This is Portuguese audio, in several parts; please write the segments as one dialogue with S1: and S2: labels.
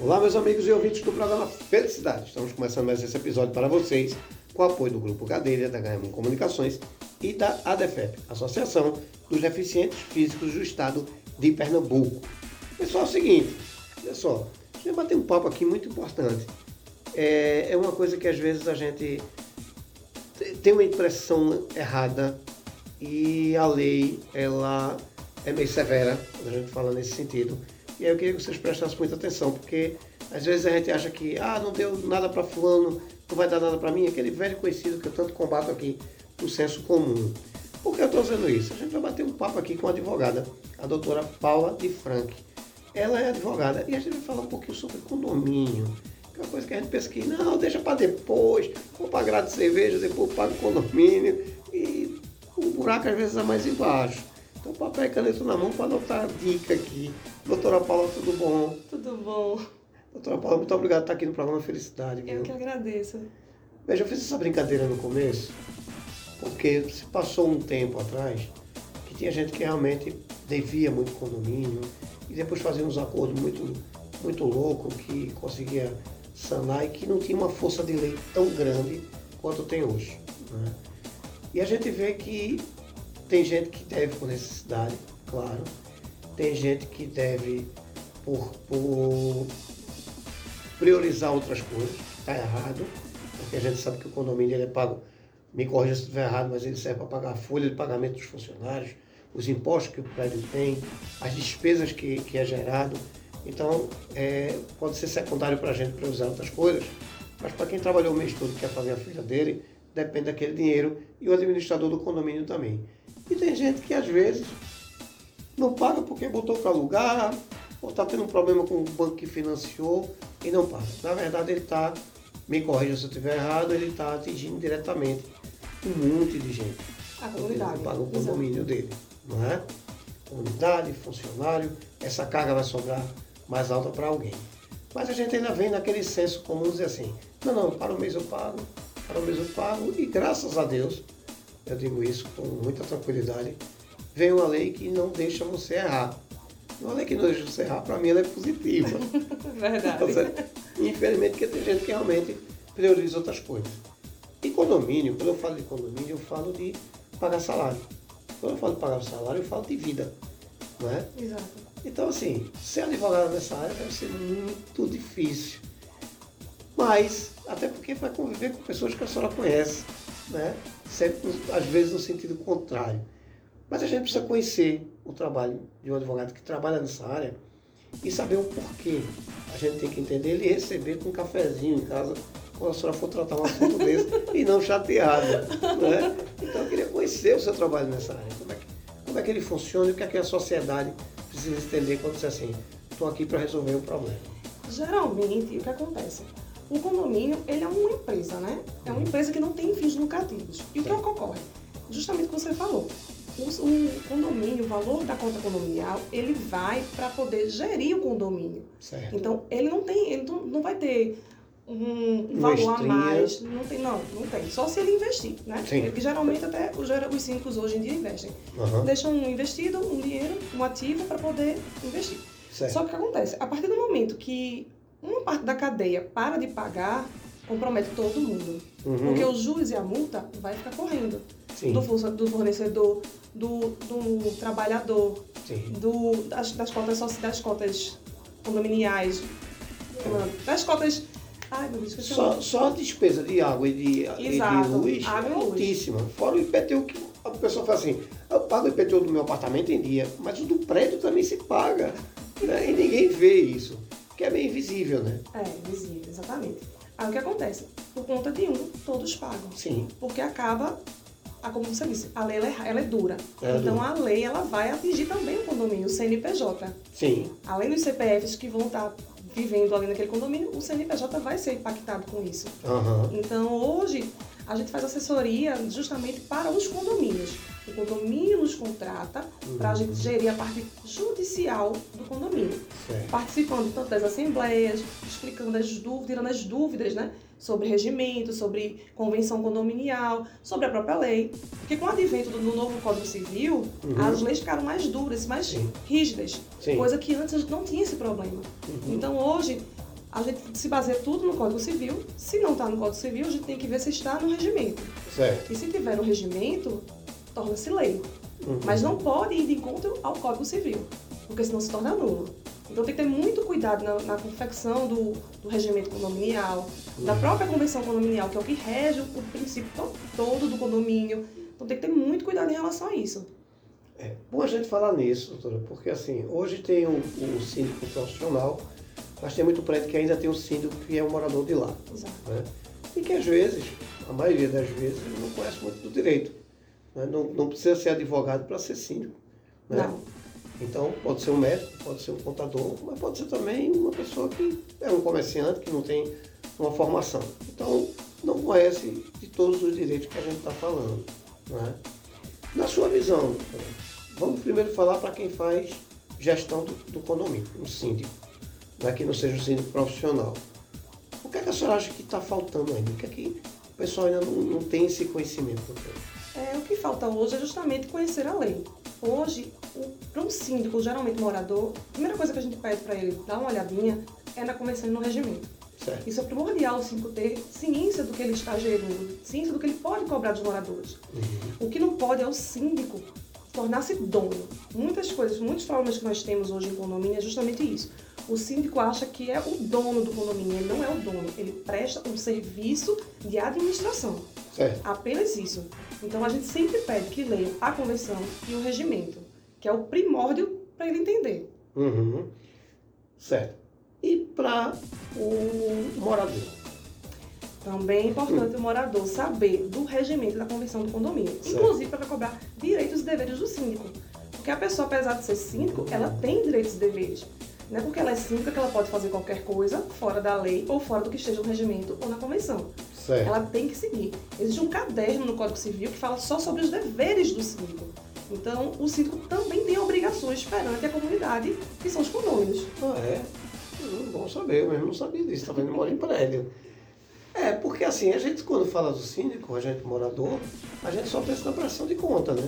S1: Olá, meus amigos e ouvintes do programa Felicidade. Estamos começando mais esse episódio para vocês com o apoio do Grupo Cadeira, da HM Comunicações e da ADFEP, Associação dos Deficientes Físicos do Estado de Pernambuco. Pessoal, é o seguinte, olha só, eu bater um papo aqui muito importante. É, é uma coisa que às vezes a gente tem uma impressão errada e a lei ela é meio severa quando a gente fala nesse sentido. E aí eu queria que vocês prestassem muita atenção, porque às vezes a gente acha que ah, não deu nada para fulano, não vai dar nada para mim, aquele velho conhecido que eu tanto combato aqui, o senso comum. Por que eu estou dizendo isso? A gente vai bater um papo aqui com a advogada, a doutora Paula de Frank. Ela é advogada e a gente vai falar um pouquinho sobre condomínio, que é uma coisa que a gente pensa que não, deixa para depois, vou pagar de cerveja, depois pago condomínio e o buraco às vezes é mais embaixo. Então, papel e caneta na mão para anotar a dica aqui. Doutora Paula, tudo bom?
S2: Tudo bom.
S1: Doutora Paula, muito obrigado por estar aqui no programa Felicidade.
S2: Viu? Eu que agradeço.
S1: Veja, eu fiz essa brincadeira no começo, porque se passou um tempo atrás que tinha gente que realmente devia muito condomínio e depois fazia uns acordos muito, muito loucos que conseguia sanar e que não tinha uma força de lei tão grande quanto tem hoje. Né? E a gente vê que tem gente que deve por necessidade, claro. Tem gente que deve por, por priorizar outras coisas, está errado, porque a gente sabe que o condomínio ele é pago, me corrija se estiver errado, mas ele serve para pagar a folha de pagamento dos funcionários, os impostos que o prédio tem, as despesas que, que é gerado. Então, é, pode ser secundário para a gente priorizar outras coisas, mas para quem trabalhou o mês todo e quer fazer a filha dele, depende daquele dinheiro e o administrador do condomínio também. E tem gente que às vezes não paga porque botou para alugar, ou está tendo um problema com o banco que financiou e não paga. Na verdade, ele está, me corrija se eu estiver errado, ele está atingindo diretamente um monte de gente.
S2: A comunidade.
S1: Paga o condomínio dele, não é? Comunidade, funcionário, essa carga vai sobrar mais alta para alguém. Mas a gente ainda vem naquele senso comum dizer assim, não, não, para o mês eu pago, para o mês eu pago, e graças a Deus, eu digo isso com muita tranquilidade, vem uma lei que não deixa você errar. Uma lei que não deixa você errar, para mim, ela é positiva.
S2: Verdade.
S1: Então, infelizmente, porque tem gente que realmente prioriza outras coisas. E condomínio, quando eu falo de condomínio, eu falo de pagar salário. Quando eu falo de pagar salário, eu falo de vida. Não é?
S2: Exato.
S1: Então, assim, ser advogado nessa área deve ser muito difícil. Mas, até porque vai conviver com pessoas que a senhora conhece, né? sempre, às vezes, no sentido contrário. Mas a gente precisa conhecer o trabalho de um advogado que trabalha nessa área e saber o porquê. A gente tem que entender ele e receber com um cafezinho em casa quando a senhora for tratar um assunto desse e não chateada. Né? Então, eu queria conhecer o seu trabalho nessa área. Como é que, como é que ele funciona e o que, é que a sociedade precisa entender quando diz assim: estou aqui para resolver o um problema.
S2: Geralmente, o que acontece? um condomínio ele é uma empresa, né? É
S1: Uhum.
S2: uma empresa que não tem fins lucrativos. E o que ocorre? Justamente o que você falou. O, o condomínio, o valor da conta condominial, ele vai para poder gerir o condomínio.
S1: Certo.
S2: Então, ele não tem, ele não, não vai ter um valor Mestrinha. a mais. Não tem, não, não tem. Só se ele investir, né?
S1: Sim.
S2: Porque geralmente até os, os síndicos hoje em dia investem.
S1: Uhum.
S2: Deixam um investido, um dinheiro, um ativo para poder investir.
S1: Certo.
S2: Só que o que acontece? A partir do momento que uma parte da cadeia para de pagar, compromete todo mundo.
S1: Uhum.
S2: Porque o juros e a multa vai ficar correndo.
S1: Sim.
S2: Do, do fornecedor, do, do trabalhador,
S1: Sim.
S2: do, das, das cotas soci- das cotas condominiais, das cotas. Ai, meu Deus, que eu
S1: Só, só a despesa de água e de, e de
S2: Exato.
S1: luz
S2: Água
S1: é
S2: e luz.
S1: altíssima. Fora o IPTU que a pessoa fala assim, eu pago o IPTU do meu apartamento em dia, mas o do prédio também se paga. né? E ninguém vê isso, que é meio invisível, né?
S2: É, visível, exatamente. Aí o que acontece? Por conta de um, todos pagam.
S1: Sim.
S2: Porque acaba, a, como você disse, a lei ela é, ela é dura.
S1: É
S2: então
S1: dura.
S2: a lei ela vai atingir também o condomínio, o CNPJ.
S1: Sim.
S2: Além dos CPFs que vão estar vivendo ali naquele condomínio, o CNPJ vai ser impactado com isso.
S1: Aham.
S2: Então hoje a gente faz assessoria justamente para os condomínios. O condomínio nos contrata para
S1: Uhum.
S2: a gente gerir a parte judicial do condomínio
S1: Certo.
S2: participando tanto das assembleias, explicando as dúvidas, tirando as dúvidas, né? Sobre regimento, sobre convenção condominial, sobre a própria lei. Porque com o advento do do novo Código Civil,
S1: Uhum.
S2: as leis ficaram mais duras, mais
S1: Sim.
S2: rígidas,
S1: Sim.
S2: coisa que antes não tinha esse problema.
S1: Uhum.
S2: Então hoje A gente se baseia tudo no Código Civil. Se não está no Código Civil, a gente tem que ver se está no regimento.
S1: Certo.
S2: E se tiver no regimento, torna-se lei.
S1: Uhum.
S2: Mas não pode ir de encontro ao Código Civil, porque senão se torna nulo. Então tem que ter muito cuidado na, na confecção do, do regimento condominial, da própria convenção condominial, que é o que rege o, o princípio to- todo do condomínio. Então tem que ter muito cuidado em relação a isso.
S1: É bom a gente falar nisso, doutora, porque assim, hoje tem o, o síndico profissional, mas tem muito prédio que ainda tem o síndico que é um morador de lá.
S2: Exato.
S1: né? E que às vezes, a maioria das vezes, ele não conhece muito do direito. né? Não, não precisa ser advogado para ser síndico. né?
S2: Não.
S1: Então, pode ser um médico, pode ser um contador, mas pode ser também uma pessoa que é um comerciante, que não tem uma formação. Então, não conhece de todos os direitos que a gente está falando. né? Na sua visão, vamos primeiro falar para quem faz gestão do, do condomínio, um síndico, né? que não seja um síndico profissional. O que, é que a senhora acha que está faltando ainda? O que é que o pessoal ainda não, não tem esse conhecimento?
S2: É, o que falta hoje é justamente conhecer a lei. Hoje, para um síndico, geralmente morador, a primeira coisa que a gente pede para ele dar uma olhadinha é na convenção e no regimento.
S1: Certo?
S2: Isso é primordial o síndico ter ciência do que ele está gerindo, ciência do que ele pode cobrar dos moradores. O que não pode é o síndico tornar-se dono. Muitas coisas, muitos problemas que nós temos hoje em condomínio é justamente isso. O síndico acha que é o dono do condomínio, ele não é o dono, ele presta um serviço de administração.
S1: Certo.
S2: Apenas isso. Então a gente sempre pede que leia a convenção e o regimento, que é o primórdio para ele entender.
S1: Uhum. Certo. E para o morador?
S2: Também é importante o morador saber do regimento da convenção do condomínio,
S1: Certo.
S2: inclusive para cobrar direitos e deveres do síndico. Porque a pessoa, apesar de ser síndico, ela tem direitos e deveres. Não é porque ela é síndica que ela pode fazer qualquer coisa fora da lei ou fora do que esteja no regimento ou na convenção.
S1: Certo.
S2: ela tem que seguir. Existe um caderno no Código Civil que fala só sobre os deveres do síndico. Então, o síndico também tem obrigações perante a comunidade, que são os condôminos.
S1: Ah, é? Hum, Bom saber, eu mesmo não sabia disso, tá vendo? Eu Moro em prédio. É, porque assim, a gente quando fala do síndico, a gente morador, a gente só pensa na prestação de conta, né?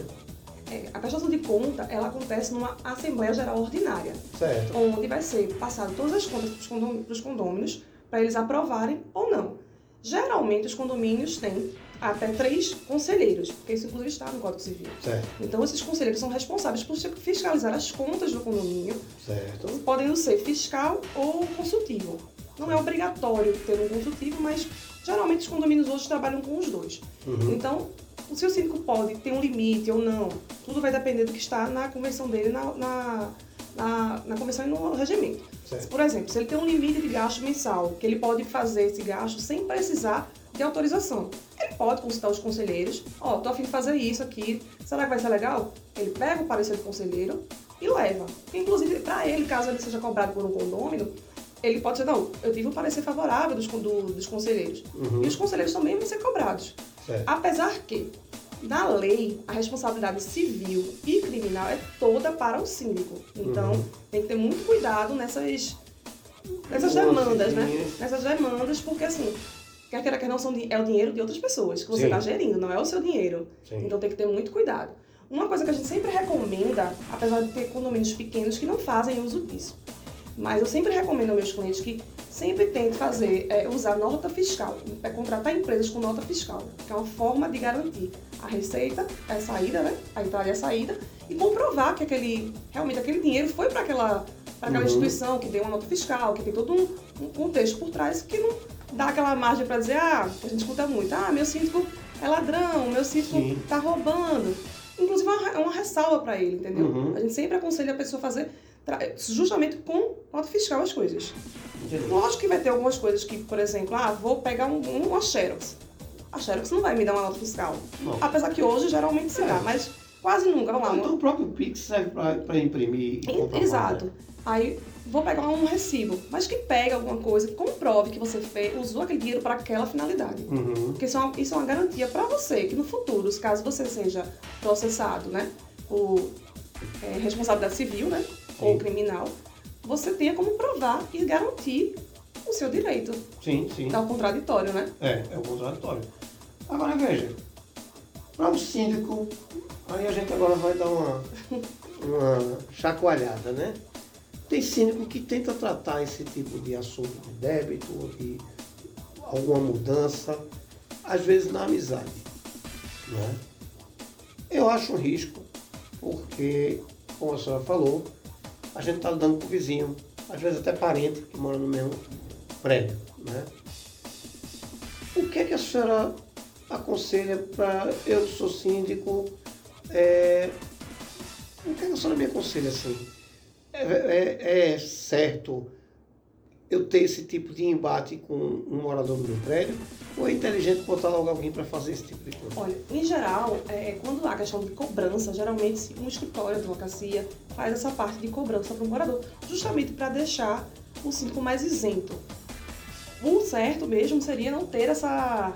S2: É, a prestação de conta ela acontece numa Assembleia Geral Ordinária,
S1: Certo.
S2: onde vai ser passado todas as contas dos condôminos, condôminos para eles aprovarem ou não. Geralmente, os condomínios têm até três conselheiros, porque isso inclusive está no Código Civil.
S1: Certo,
S2: Então, esses conselheiros são responsáveis por fiscalizar as contas do condomínio
S1: certo.
S2: podendo ser fiscal ou consultivo. Não é obrigatório ter um consultivo, mas geralmente os condomínios hoje trabalham com os dois.
S1: Uhum.
S2: Então, se o síndico pode ter um limite ou não, tudo vai depender do que está na convenção dele, na, na, na, na convenção e no regimento.
S1: Certo.
S2: Por exemplo, se ele tem um limite de gasto mensal, que ele pode fazer esse gasto sem precisar de autorização. Ele pode consultar os conselheiros, ó, tô afim de fazer isso aqui, será que vai ser legal? Ele pega o parecer do conselheiro e leva. Inclusive, para ele, caso ele seja cobrado por um condômino, ele pode dizer, não, eu tive um parecer favorável dos, con- do- dos conselheiros.
S1: Uhum.
S2: E os conselheiros também vão ser cobrados.
S1: Certo.
S2: Apesar que, na lei, a responsabilidade civil e criminal é toda para o síndico. Então,
S1: Uhum.
S2: tem que ter muito cuidado nessas, nessas
S1: Boa,
S2: demandas, né?
S1: Cidinha.
S2: Nessas demandas, porque assim, quer queira, quer não, são, di- é o dinheiro de outras pessoas que você
S1: Sim.
S2: está gerindo, não é o seu dinheiro.
S1: Sim.
S2: Então, tem que ter muito cuidado. Uma coisa que a gente sempre recomenda, apesar de ter condomínios pequenos que não fazem uso disso, mas eu sempre recomendo aos meus clientes que sempre tente fazer, é, usar nota fiscal, é contratar empresas com nota fiscal, que é uma forma de garantir a receita, a saída, né? A entrada e a saída, e comprovar que aquele, realmente aquele dinheiro foi para aquela, pra aquela
S1: Uhum.
S2: instituição que tem uma nota fiscal, que tem todo um, um contexto por trás que não dá aquela margem para dizer, ah, a gente escuta muito, ah, meu síndico é ladrão, meu síndico
S1: Sim.
S2: tá roubando. Inclusive, é uma, é uma ressalva para ele, entendeu?
S1: Uhum.
S2: A gente sempre aconselha a pessoa a fazer tra- justamente com nota fiscal as coisas.
S1: Entendi.
S2: Lógico que vai ter algumas coisas que, por exemplo, ah, vou pegar um, um, uma Xerox. A Xerox não vai me dar uma nota fiscal.
S1: Não.
S2: Apesar que hoje geralmente se dá,
S1: É.
S2: mas quase nunca. Vamos lá,
S1: Ah,
S2: uma-
S1: Então o próprio Pix serve para imprimir e comprovar, né?
S2: Exato. Aí vou pegar um recibo, mas que pega alguma coisa, que comprove que você fez, usou aquele dinheiro para aquela finalidade.
S1: Uhum.
S2: Porque isso é uma, isso é uma garantia para você que no futuro, se caso você seja processado, né, por é, responsabilidade civil, né,
S1: Sim.
S2: ou criminal, você tenha como provar e garantir o seu direito.
S1: Sim, sim.
S2: É o contraditório, né?
S1: É, é o contraditório. Agora veja, para um síndico, aí a gente agora vai dar uma, uma chacoalhada, né? Tem síndico que tenta tratar esse tipo de assunto de débito ou de alguma mudança, às vezes na amizade. Né? Eu acho um risco, porque, como a senhora falou, a gente está lidando com o vizinho, às vezes até parente que mora no mesmo prédio. Né? O que é que a senhora aconselha para eu que sou síndico? é, o que é que a senhora me aconselha assim? É, é- é certo eu ter esse tipo de embate com um morador do meu prédio? Ou é inteligente botar logo alguém para fazer esse tipo de coisa?
S2: Olha, em geral, é, quando há questão de cobrança, geralmente um escritório de advocacia faz essa parte de cobrança para o morador, justamente para deixar o síndico mais isento. O certo mesmo seria não ter essa,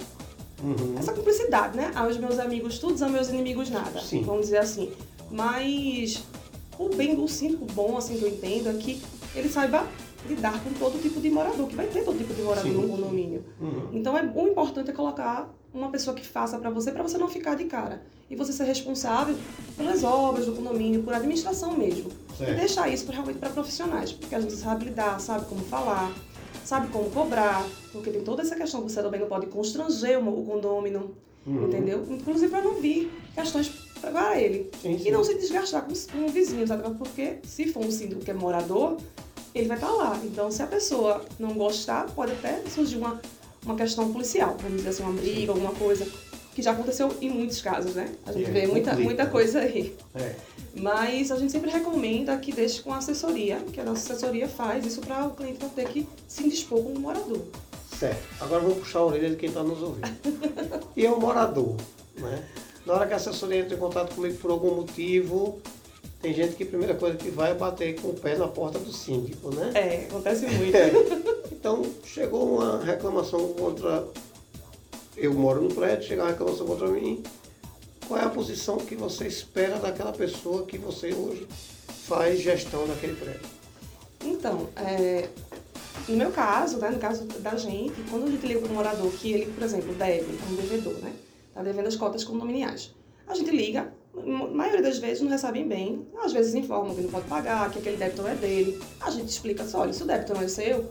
S1: Uhum.
S2: essa cumplicidade, né? Aos meus amigos todos, aos meus inimigos nada,
S1: Sim.
S2: vamos dizer assim. Mas o bem do síndico bom, assim, que eu entendo, é que ele saiba lidar com todo tipo de morador, que vai ter todo tipo de morador
S1: Sim.
S2: no condomínio.
S1: Uhum.
S2: Então é o importante é colocar uma pessoa que faça pra você, pra você não ficar de cara. E você ser responsável pelas obras do condomínio, por administração mesmo. E
S1: Certo.
S2: deixar isso pra- realmente para profissionais, porque a gente sabe lidar, sabe como falar, sabe como cobrar, porque tem toda essa questão que você também não pode constranger o o condômino,
S1: Uhum.
S2: entendeu? Inclusive para não vir questões para ele.
S1: Sim, sim.
S2: E não se desgastar com, com vizinhos, até porque se for um síndico que é morador, ele vai estar lá. Então, se a pessoa não gostar, pode até surgir uma, uma questão policial, vamos dizer assim, uma briga, alguma coisa, que já aconteceu em muitos casos, né? A gente
S1: É,
S2: vê muita,
S1: conflito.
S2: muita coisa aí.
S1: É.
S2: Mas a gente sempre recomenda que deixe com a assessoria, que a nossa assessoria faz isso para o cliente não ter que se indispor com o morador.
S1: Certo. Agora eu vou puxar a orelha de quem está nos ouvindo. E é um morador, né? Na hora que a assessoria entra em contato comigo por algum motivo, tem gente que a primeira coisa que vai é bater com o pé na porta do síndico, né?
S2: É, acontece muito.
S1: É. Então, chegou uma reclamação contra. Eu moro no prédio, chegou uma reclamação contra mim. Qual é a posição que você espera daquela pessoa que você hoje faz gestão daquele prédio?
S2: Então, é, no meu caso, né, no caso da gente, quando a gente liga para um morador que ele, por exemplo, deve, é um devedor, né? Está devendo as cotas condominiais. A gente liga, a maioria das vezes não recebem bem, às vezes informam que não pode pagar, que aquele débito não é dele. A gente explica só, olha, se o débito não é seu,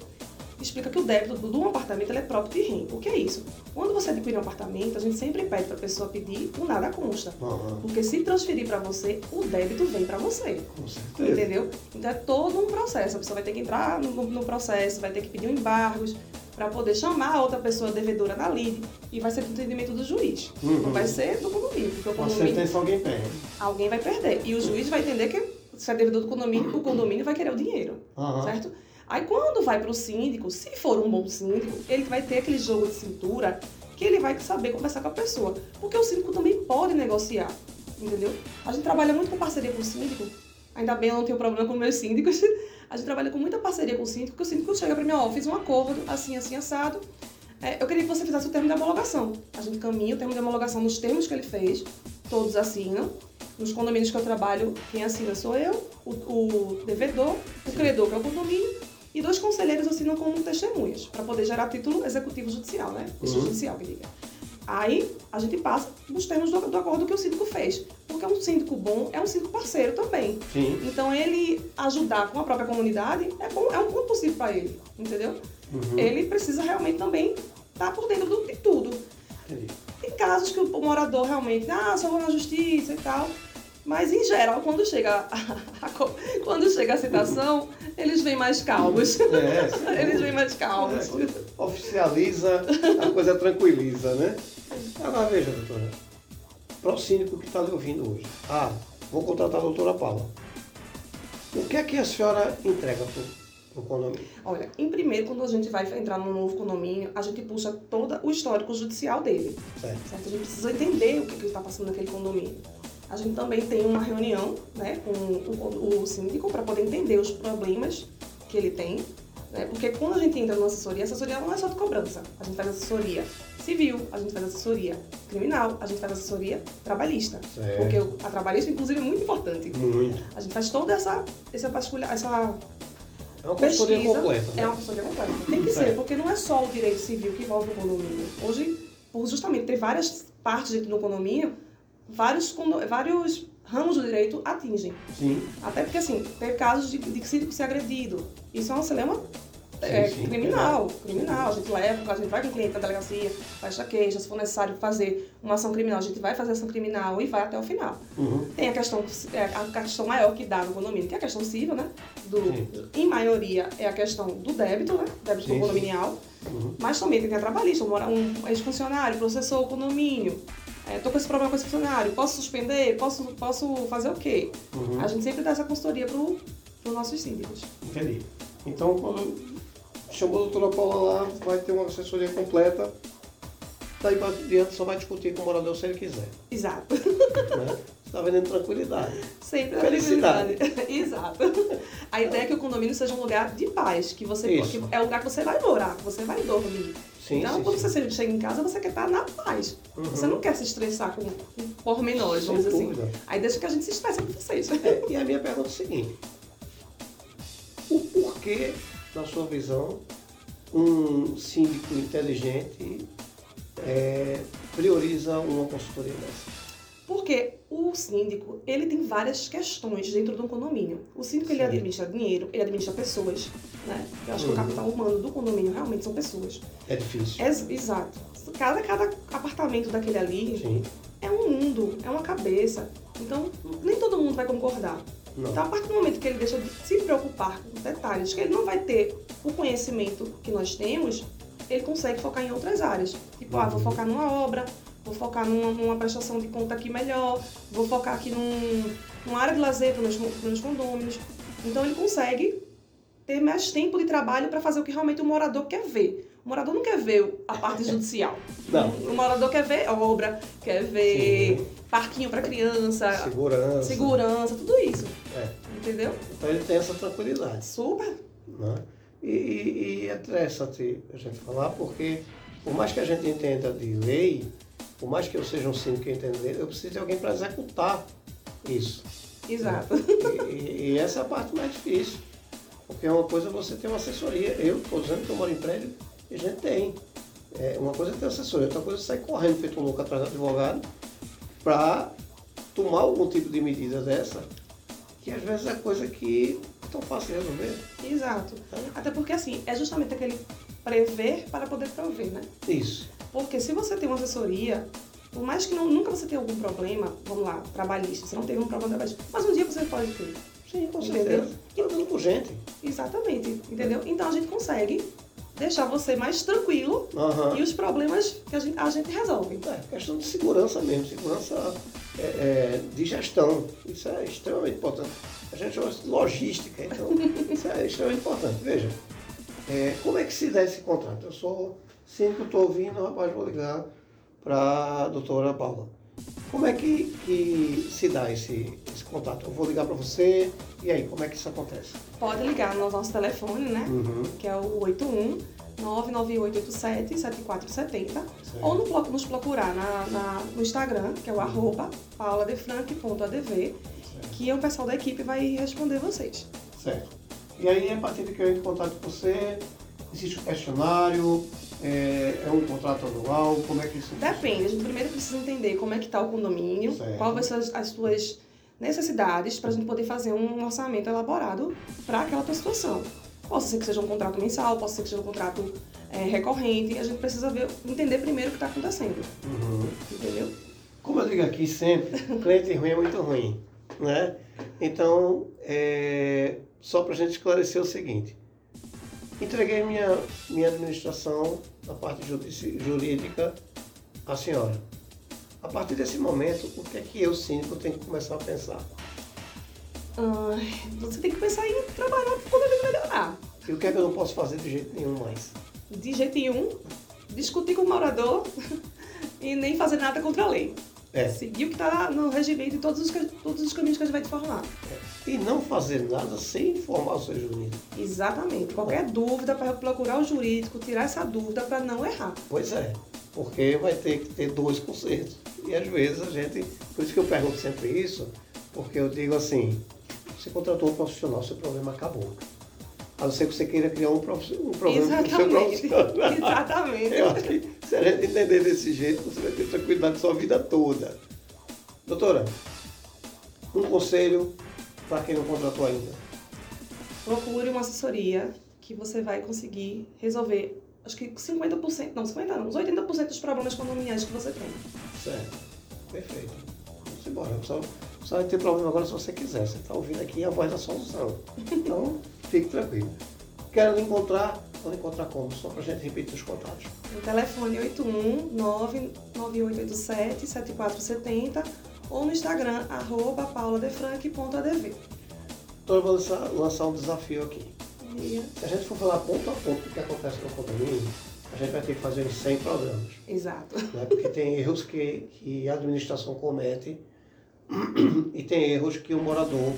S2: explica que o débito do de um apartamento ele é próprio de renda. O que é isso? Quando você adquire um apartamento, a gente sempre pede para a pessoa pedir o nada consta.
S1: Aham,
S2: Porque se transferir para você, o débito vem para você.
S1: com certeza.
S2: Entendeu? Então é todo um processo. A pessoa vai ter que entrar no, no processo, vai ter que pedir um embargos para poder chamar a outra pessoa devedora na lide e vai ser do entendimento do juiz.
S1: Uhum.
S2: Não vai ser do condomínio, porque o
S1: Com
S2: condomínio
S1: certeza alguém perde.
S2: alguém vai perder. E o juiz vai entender que se é devedor do condomínio, o condomínio vai querer o dinheiro,
S1: Aham.
S2: certo? Aí quando vai para o síndico, se for um bom síndico, ele vai ter aquele jogo de cintura que ele vai saber conversar com a pessoa. Porque o síndico também pode negociar, entendeu? A gente trabalha muito com parceria com o síndico. Ainda bem eu não tenho problema com meus síndicos. A gente trabalha com muita parceria com o síndico, que o síndico chega para mim, ó, fiz um acordo, assim, assim, assado. É, eu queria que você fizesse o termo de homologação. A gente caminha o termo de homologação nos termos que ele fez, todos assinam. Nos condomínios que eu trabalho, quem assina sou eu, o, o devedor, o credor, que é o condomínio, e dois conselheiros assinam como testemunhas, para poder gerar título executivo judicial, né? Título
S1: Uhum.
S2: judicial, que diga. Aí a gente passa nos termos do, do acordo que o síndico fez. Porque um síndico bom é um síndico parceiro também.
S1: Sim.
S2: Então ele ajudar com a própria comunidade é, bom, é um ponto possível para ele, entendeu?
S1: Uhum.
S2: Ele precisa realmente também estar por dentro do- de tudo.
S1: Entendi.
S2: Tem casos que o morador realmente, ah, só vou na justiça e tal. Mas em geral, quando chega a, a co- quando chega a citação, eles vêm mais calmos.
S1: É, sim.
S2: Eles vêm mais calmos.
S1: É, oficializa, a coisa tranquiliza, né? Agora veja, doutora, para o síndico que está lhe ouvindo hoje. Ah, vou contratar a doutora Paula. O que é que a senhora entrega para o condomínio?
S2: Olha, em primeiro, quando a gente vai entrar num novo condomínio, a gente puxa todo o histórico judicial dele.
S1: Certo.
S2: certo? A gente precisa entender o que, que está passando naquele condomínio. A gente também tem uma reunião né, com o, o síndico para poder entender os problemas que ele tem. Né? Porque quando a gente entra numa assessoria, a assessoria não é só de cobrança. A gente faz assessoria civil, a gente faz assessoria criminal, a gente faz assessoria trabalhista.
S1: Certo.
S2: Porque a trabalhista, inclusive, é muito importante.
S1: Muito.
S2: A gente faz toda essa, essa, vasculha- essa
S1: É uma consultoria
S2: Pesquisa
S1: completa. né?
S2: É uma consultoria completa. Tem que
S1: Certo.
S2: ser, porque não é só o direito civil que envolve o condomínio. Hoje, por justamente ter várias partes dentro do condomínio, vários, condo- vários ramos do direito atingem.
S1: Sim.
S2: Até porque, assim, teve casos de, de que síndico ser agredido. Isso é um cinema é,
S1: Sim, sim,
S2: criminal, criminal. A gente leva, a gente vai com o cliente na delegacia, faz a queixa, se for necessário fazer uma ação criminal, a gente vai fazer ação criminal e vai até o final.
S1: Uhum.
S2: Tem a questão, é, a questão maior que dá no condomínio, que é a questão civil, né? Do,
S1: Sim.
S2: em maioria é a questão do débito, né? Débito
S1: Sim, sim.
S2: condominial.
S1: Uhum.
S2: Mas também tem a trabalhista, um, mora- um ex-funcionário, processou o condomínio. É, tô com esse problema com esse funcionário, posso suspender? Posso, posso fazer o quê?
S1: Uhum.
S2: A gente sempre dá essa consultoria pro, pro nossos síndicos.
S1: Entendi. Então, quando chamou a doutora Paula lá, vai ter uma assessoria completa. Daí pra diante só vai discutir com o morador se ele quiser.
S2: Exato.
S1: Né? Está vendendo tranquilidade.
S2: Sempre a
S1: Felicidade.
S2: felicidade. Exato. A ideia é que o condomínio seja um lugar de paz, que você
S1: Isso.
S2: que é o lugar que você vai morar, que você vai dormir.
S1: Sim,
S2: então,
S1: sim,
S2: quando
S1: sim.
S2: você chega em casa, você quer estar na paz.
S1: Uhum.
S2: Você não quer se estressar com, com pormenores,
S1: Sem
S2: vamos dizer assim.
S1: dúvida.
S2: Aí deixa que a gente se estresse com vocês.
S1: E a minha pergunta é a seguinte. O porquê, na sua visão, um síndico inteligente eh, prioriza uma consultoria dessa?
S2: Porque o síndico, ele tem várias questões dentro de um condomínio. O síndico, ele
S1: Sim.
S2: administra dinheiro, ele administra pessoas, né? Eu acho que
S1: Uhum.
S2: o capital humano do condomínio realmente são pessoas.
S1: É difícil.
S2: Ex- exato. Cada, cada apartamento daquele ali
S1: Sim.
S2: é um mundo, é uma cabeça. Então, nem todo mundo vai concordar.
S1: Não.
S2: Então, a partir do momento que ele deixa de se preocupar com detalhes, que ele não vai ter o conhecimento que nós temos, ele consegue focar em outras áreas. Tipo, ah,
S1: Uhum.
S2: vou focar numa obra, vou focar numa, numa prestação de conta aqui melhor, vou focar aqui num, numa área de lazer para meus, pros meus condôminos. Então, ele consegue ter mais tempo de trabalho para fazer o que realmente o morador quer ver. O morador não quer ver a parte judicial.
S1: Não.
S2: O morador quer ver obra, quer ver
S1: Sim.
S2: parquinho para criança,
S1: Segurança.
S2: segurança, tudo isso.
S1: É.
S2: Entendeu?
S1: Então ele tem essa tranquilidade.
S2: Super.
S1: né? E, e, e é interessante a gente falar, porque por mais que a gente entenda de lei, por mais que eu seja um síndico que entenda de lei, eu preciso de alguém para executar isso. né?
S2: Exato.
S1: E, e- e essa é a parte mais difícil. Porque uma coisa é você ter uma assessoria. Eu estou dizendo que eu moro em prédio e a gente tem. É, uma coisa é ter assessoria, outra coisa é sair correndo feito um louco atrás do advogado para tomar algum tipo de medida dessa, que às vezes é coisa que não é tão fácil de resolver.
S2: Exato. Até porque, assim, é justamente aquele prever para poder prover, né?
S1: Isso.
S2: Porque se você tem uma assessoria, por mais que não- nunca você tenha algum problema, vamos lá, trabalhista, você não teve um problema trabalhista, mas um dia você pode ter.
S1: Sim, com
S2: Entendeu?
S1: certeza. E andando com gente.
S2: Exatamente. Entendeu? Então a gente consegue deixar você mais tranquilo
S1: Aham.
S2: e os problemas que a gente, a gente resolve.
S1: É questão de segurança mesmo, segurança é, é, de gestão. Isso é extremamente importante. A gente chama isso de logística, então isso é extremamente importante. Veja, é, como é que se dá esse contrato? Eu sou síndico, estou ouvindo, rapaz, vou ligar para a doutora Paula. Como é que, que se dá esse, esse contato? Eu vou ligar para você, e aí, como é que isso acontece?
S2: Pode ligar no nosso telefone, né?
S1: Uhum.
S2: que é o 81 99887 7470 ou no, plo- nos procurar na, na- no Instagram, que é o arroba pauladefranc.adv, que o pessoal da equipe vai responder vocês.
S1: Certo. E aí, a partir de que eu entro em contato com você, existe um questionário, é, é um contrato anual, como é que isso
S2: Depende, a gente primeiro precisa entender como é que está o condomínio,
S1: Certo.
S2: quais são as, as suas necessidades para a gente poder fazer um orçamento elaborado para aquela tua situação. Posso ser que seja um contrato mensal, posso ser que seja um contrato eh, recorrente, a gente precisa ver, entender primeiro o que está acontecendo,
S1: Uhum.
S2: entendeu?
S1: Como eu digo aqui sempre, cliente ruim é muito ruim, né? Então, é, só para a gente esclarecer o seguinte. Entreguei minha, minha administração na parte judici- jurídica à senhora. A partir desse momento, o que é que eu, síndico, tenho que começar a pensar?
S2: Ai, você tem que pensar em trabalhar quando ele melhorar.
S1: E o que é que eu não posso fazer de jeito nenhum mais?
S2: De jeito nenhum, discutir com o morador e nem fazer nada contra a lei.
S1: É.
S2: Seguir o que está no regimento e todos os, ca- todos os caminhos que a gente vai te formar.
S1: E não fazer nada sem informar o seu jurídico.
S2: Exatamente. Qualquer dúvida, para procurar o jurídico, tirar essa dúvida para não errar.
S1: Pois é, porque vai ter que ter dois concertos. E às vezes a gente. Por isso que eu pergunto sempre isso, porque eu digo assim: você contratou um profissional, seu problema acabou. A não ser que você queira criar um, profi- um problema com o seu
S2: Exatamente.
S1: profissional.
S2: Exatamente.
S1: Eu acho que se a gente entender desse jeito, você vai ter tranquilidade sua vida toda. Doutora, Um conselho para quem não contratou ainda.
S2: Procure uma assessoria que você vai conseguir resolver, acho que 50%, não, 50% não, uns 80% dos problemas condominiais que você tem.
S1: Certo. Perfeito. Vamos embora. Só, só vai ter problema agora se você quiser. Você está ouvindo aqui a voz da solução. Então, fique tranquilo. Quero lhe encontrar, vou lhe encontrar como? Só para a gente repetir os contatos.
S2: O telefone é 819-9887-7470 ou no Instagram, arroba pauladefranc.adv.
S1: Então, eu vou lançar, lançar um desafio aqui.
S2: E-
S1: Se a gente for falar ponto a ponto do que acontece no condomínio, a gente vai ter que fazer uns 100 programas.
S2: Exato.
S1: né? Porque tem erros que, que a administração comete e tem erros que o morador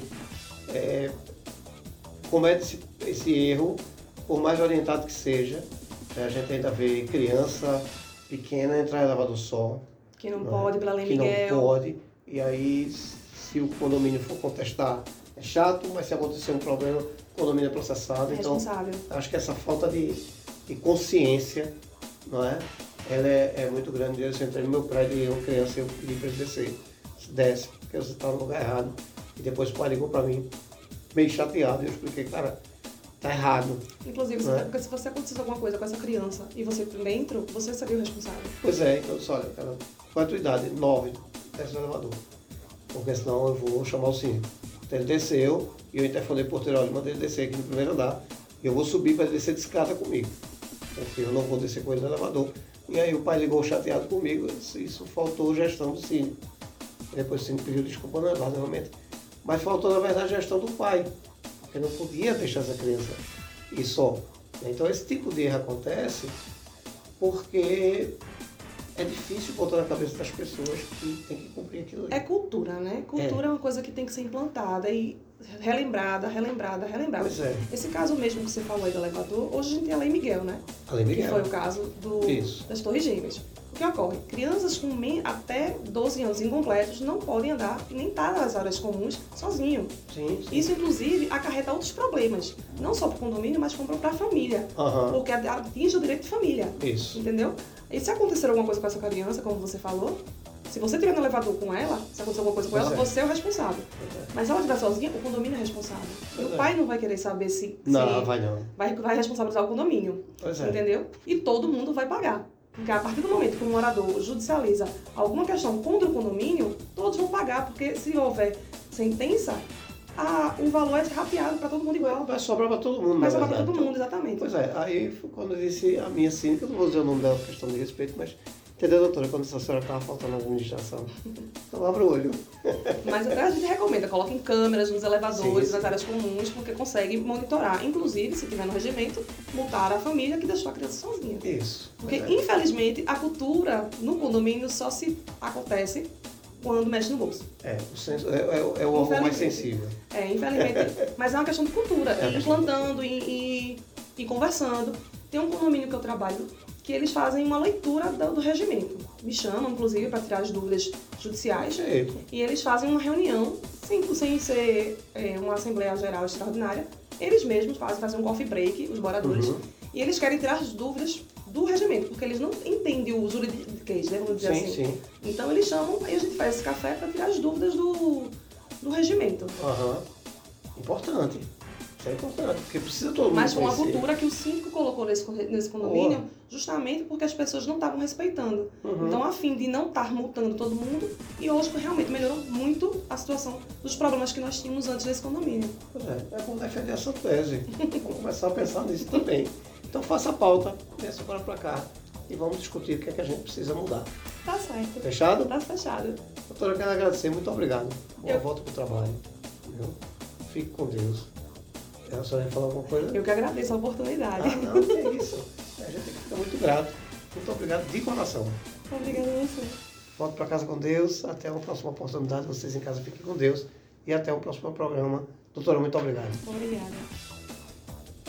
S1: eh, comete esse, esse erro, por mais orientado que seja. né? A gente ainda vê criança pequena entrar em lavador sol,
S2: Que não
S1: né?
S2: pode, pela Lei
S1: que não
S2: Miguel.
S1: pode. E aí, se o condomínio for contestar, é chato, mas se acontecer um problema, o condomínio é processado. Então,
S2: Responsável.
S1: acho que essa falta de, de consciência, não é? Ela é, é muito grande. Eu entrei no meu prédio e eu criança, eu pedi para ele descer. Se desce, porque você está no lugar errado. E depois o pai ligou para mim, meio chateado, e eu expliquei, cara, tá errado.
S2: Inclusive, se,
S1: Né?
S2: porque se você aconteceu alguma coisa com essa criança e você dentro, você seria o responsável.
S1: Pois é, então eu disse, olha, cara, qual é a tua idade? Nove, desce no elevador. Porque senão eu vou chamar o síndico. Então ele desceu e eu interfonei o porteiro, olha, mandei ele descer aqui no primeiro andar. E eu vou subir para ele descer de escada comigo. Porque eu não vou descer com ele no elevador. E aí o pai ligou chateado comigo, eu disse, isso faltou gestão do síndico. Depois o síndico pediu desculpa não, Eduardo, realmente. Mas faltou, na verdade, a gestão do pai. Porque não podia deixar essa criança ir só. Então esse tipo de erro acontece porque é difícil botar na cabeça das pessoas que tem que cumprir aquilo ali.
S2: É cultura, né? Cultura é. uma coisa que tem que ser implantada e relembrada, relembrada, relembrada.
S1: Pois é,
S2: Esse caso mesmo que você falou aí do elevador, hoje a gente tem a Lei Miguel, né?
S1: além
S2: que foi
S1: Miguel.
S2: o caso do-
S1: Isso.
S2: das Torres Gêmeas. O que ocorre? Crianças com men- até 12 anos incompletos não podem andar e nem estar nas áreas comuns sozinho.
S1: Sim, sim.
S2: Isso, inclusive, acarreta outros problemas, não só para o condomínio, mas como para a família,
S1: Aham.
S2: porque atinge o direito de família,
S1: Isso.
S2: entendeu? E se acontecer alguma coisa com essa criança, como você falou, se você estiver no elevador com ela, se acontecer alguma coisa com
S1: Pois
S2: ela,
S1: é.
S2: você é o responsável. Mas se ela estiver sozinha, o condomínio é responsável. E
S1: Pois
S2: o
S1: é.
S2: pai não vai querer saber se, se
S1: Não, vai não.
S2: vai, vai responsabilizar o condomínio.
S1: Pois é.
S2: Entendeu? E todo mundo vai pagar. Porque a partir do momento que o morador judicializa alguma questão contra o condomínio, todos vão pagar, porque se houver sentença, a- o valor é rapeado para todo mundo igual.
S1: Vai sobrar para todo mundo,
S2: Vai
S1: na
S2: sobrar para
S1: é verdade.
S2: todo mundo, exatamente.
S1: Pois é, aí foi quando eu disse a minha síndica, eu não vou dizer o nome dela por questão de respeito, mas entendeu, doutora, quando essa senhora estava faltando na administração? Então abra o olho.
S2: Mas até a gente recomenda, coloquem câmeras nos elevadores,
S1: é. Sim, sim.
S2: nas áreas comuns, porque consegue monitorar. Inclusive, se tiver no regimento, multar a família que deixou a criança sozinha.
S1: Isso.
S2: Porque,
S1: Pois é.
S2: infelizmente, a cultura no condomínio só se acontece quando mexe no bolso.
S1: É, o senso, é, é- é o órgão mais sensível.
S2: É, infelizmente. mas é uma questão de cultura.
S1: É uma
S2: e
S1: questão de
S2: implantando e, e- e conversando. Tem um condomínio que eu trabalho que eles fazem uma leitura do, do regimento. Me chamam, inclusive, para tirar as dúvidas judiciais.
S1: Jeito.
S2: E eles fazem uma reunião, sem, sem ser é, uma Assembleia Geral Extraordinária. Eles mesmos fazem, fazem um coffee break, os moradores.
S1: Uhum.
S2: E eles querem tirar as dúvidas do regimento, porque eles não entendem o juridiquês, né? Vamos dizer
S1: Sim,
S2: assim.
S1: sim.
S2: Então eles chamam e a gente faz esse café para tirar as dúvidas do, do regimento.
S1: Aham. Importante. Isso é importante, porque precisa todo mundo
S2: Mas foi uma
S1: conhecer.
S2: cultura que o síndico colocou nesse, con- nesse condomínio
S1: Boa.
S2: justamente porque as pessoas não estavam respeitando.
S1: Uhum.
S2: Então, a fim de não estar multando todo mundo, e hoje realmente melhorou muito a situação dos problemas que nós tínhamos antes desse condomínio.
S1: Pois é, é bom defender essa tese. Vamos começar a pensar nisso também. Então faça a pauta, pensa agora para cá e vamos discutir o que é que a gente precisa mudar.
S2: Tá certo.
S1: Fechado?
S2: Tá fechado.
S1: Doutora, eu quero agradecer, muito obrigado. Boa
S2: Eu-
S1: volta para o trabalho. Viu? Fique com Deus. É, A senhora ia falar alguma coisa?
S2: Eu que agradeço a oportunidade.
S1: Ah, não, que é isso. A gente tem que ficar muito grato. Muito obrigado de coração.
S2: Obrigada a você.
S1: Volto para casa com Deus. Até uma próxima oportunidade. Vocês em casa fiquem com Deus. E até o próximo programa. Doutora, muito obrigado.
S2: Obrigada.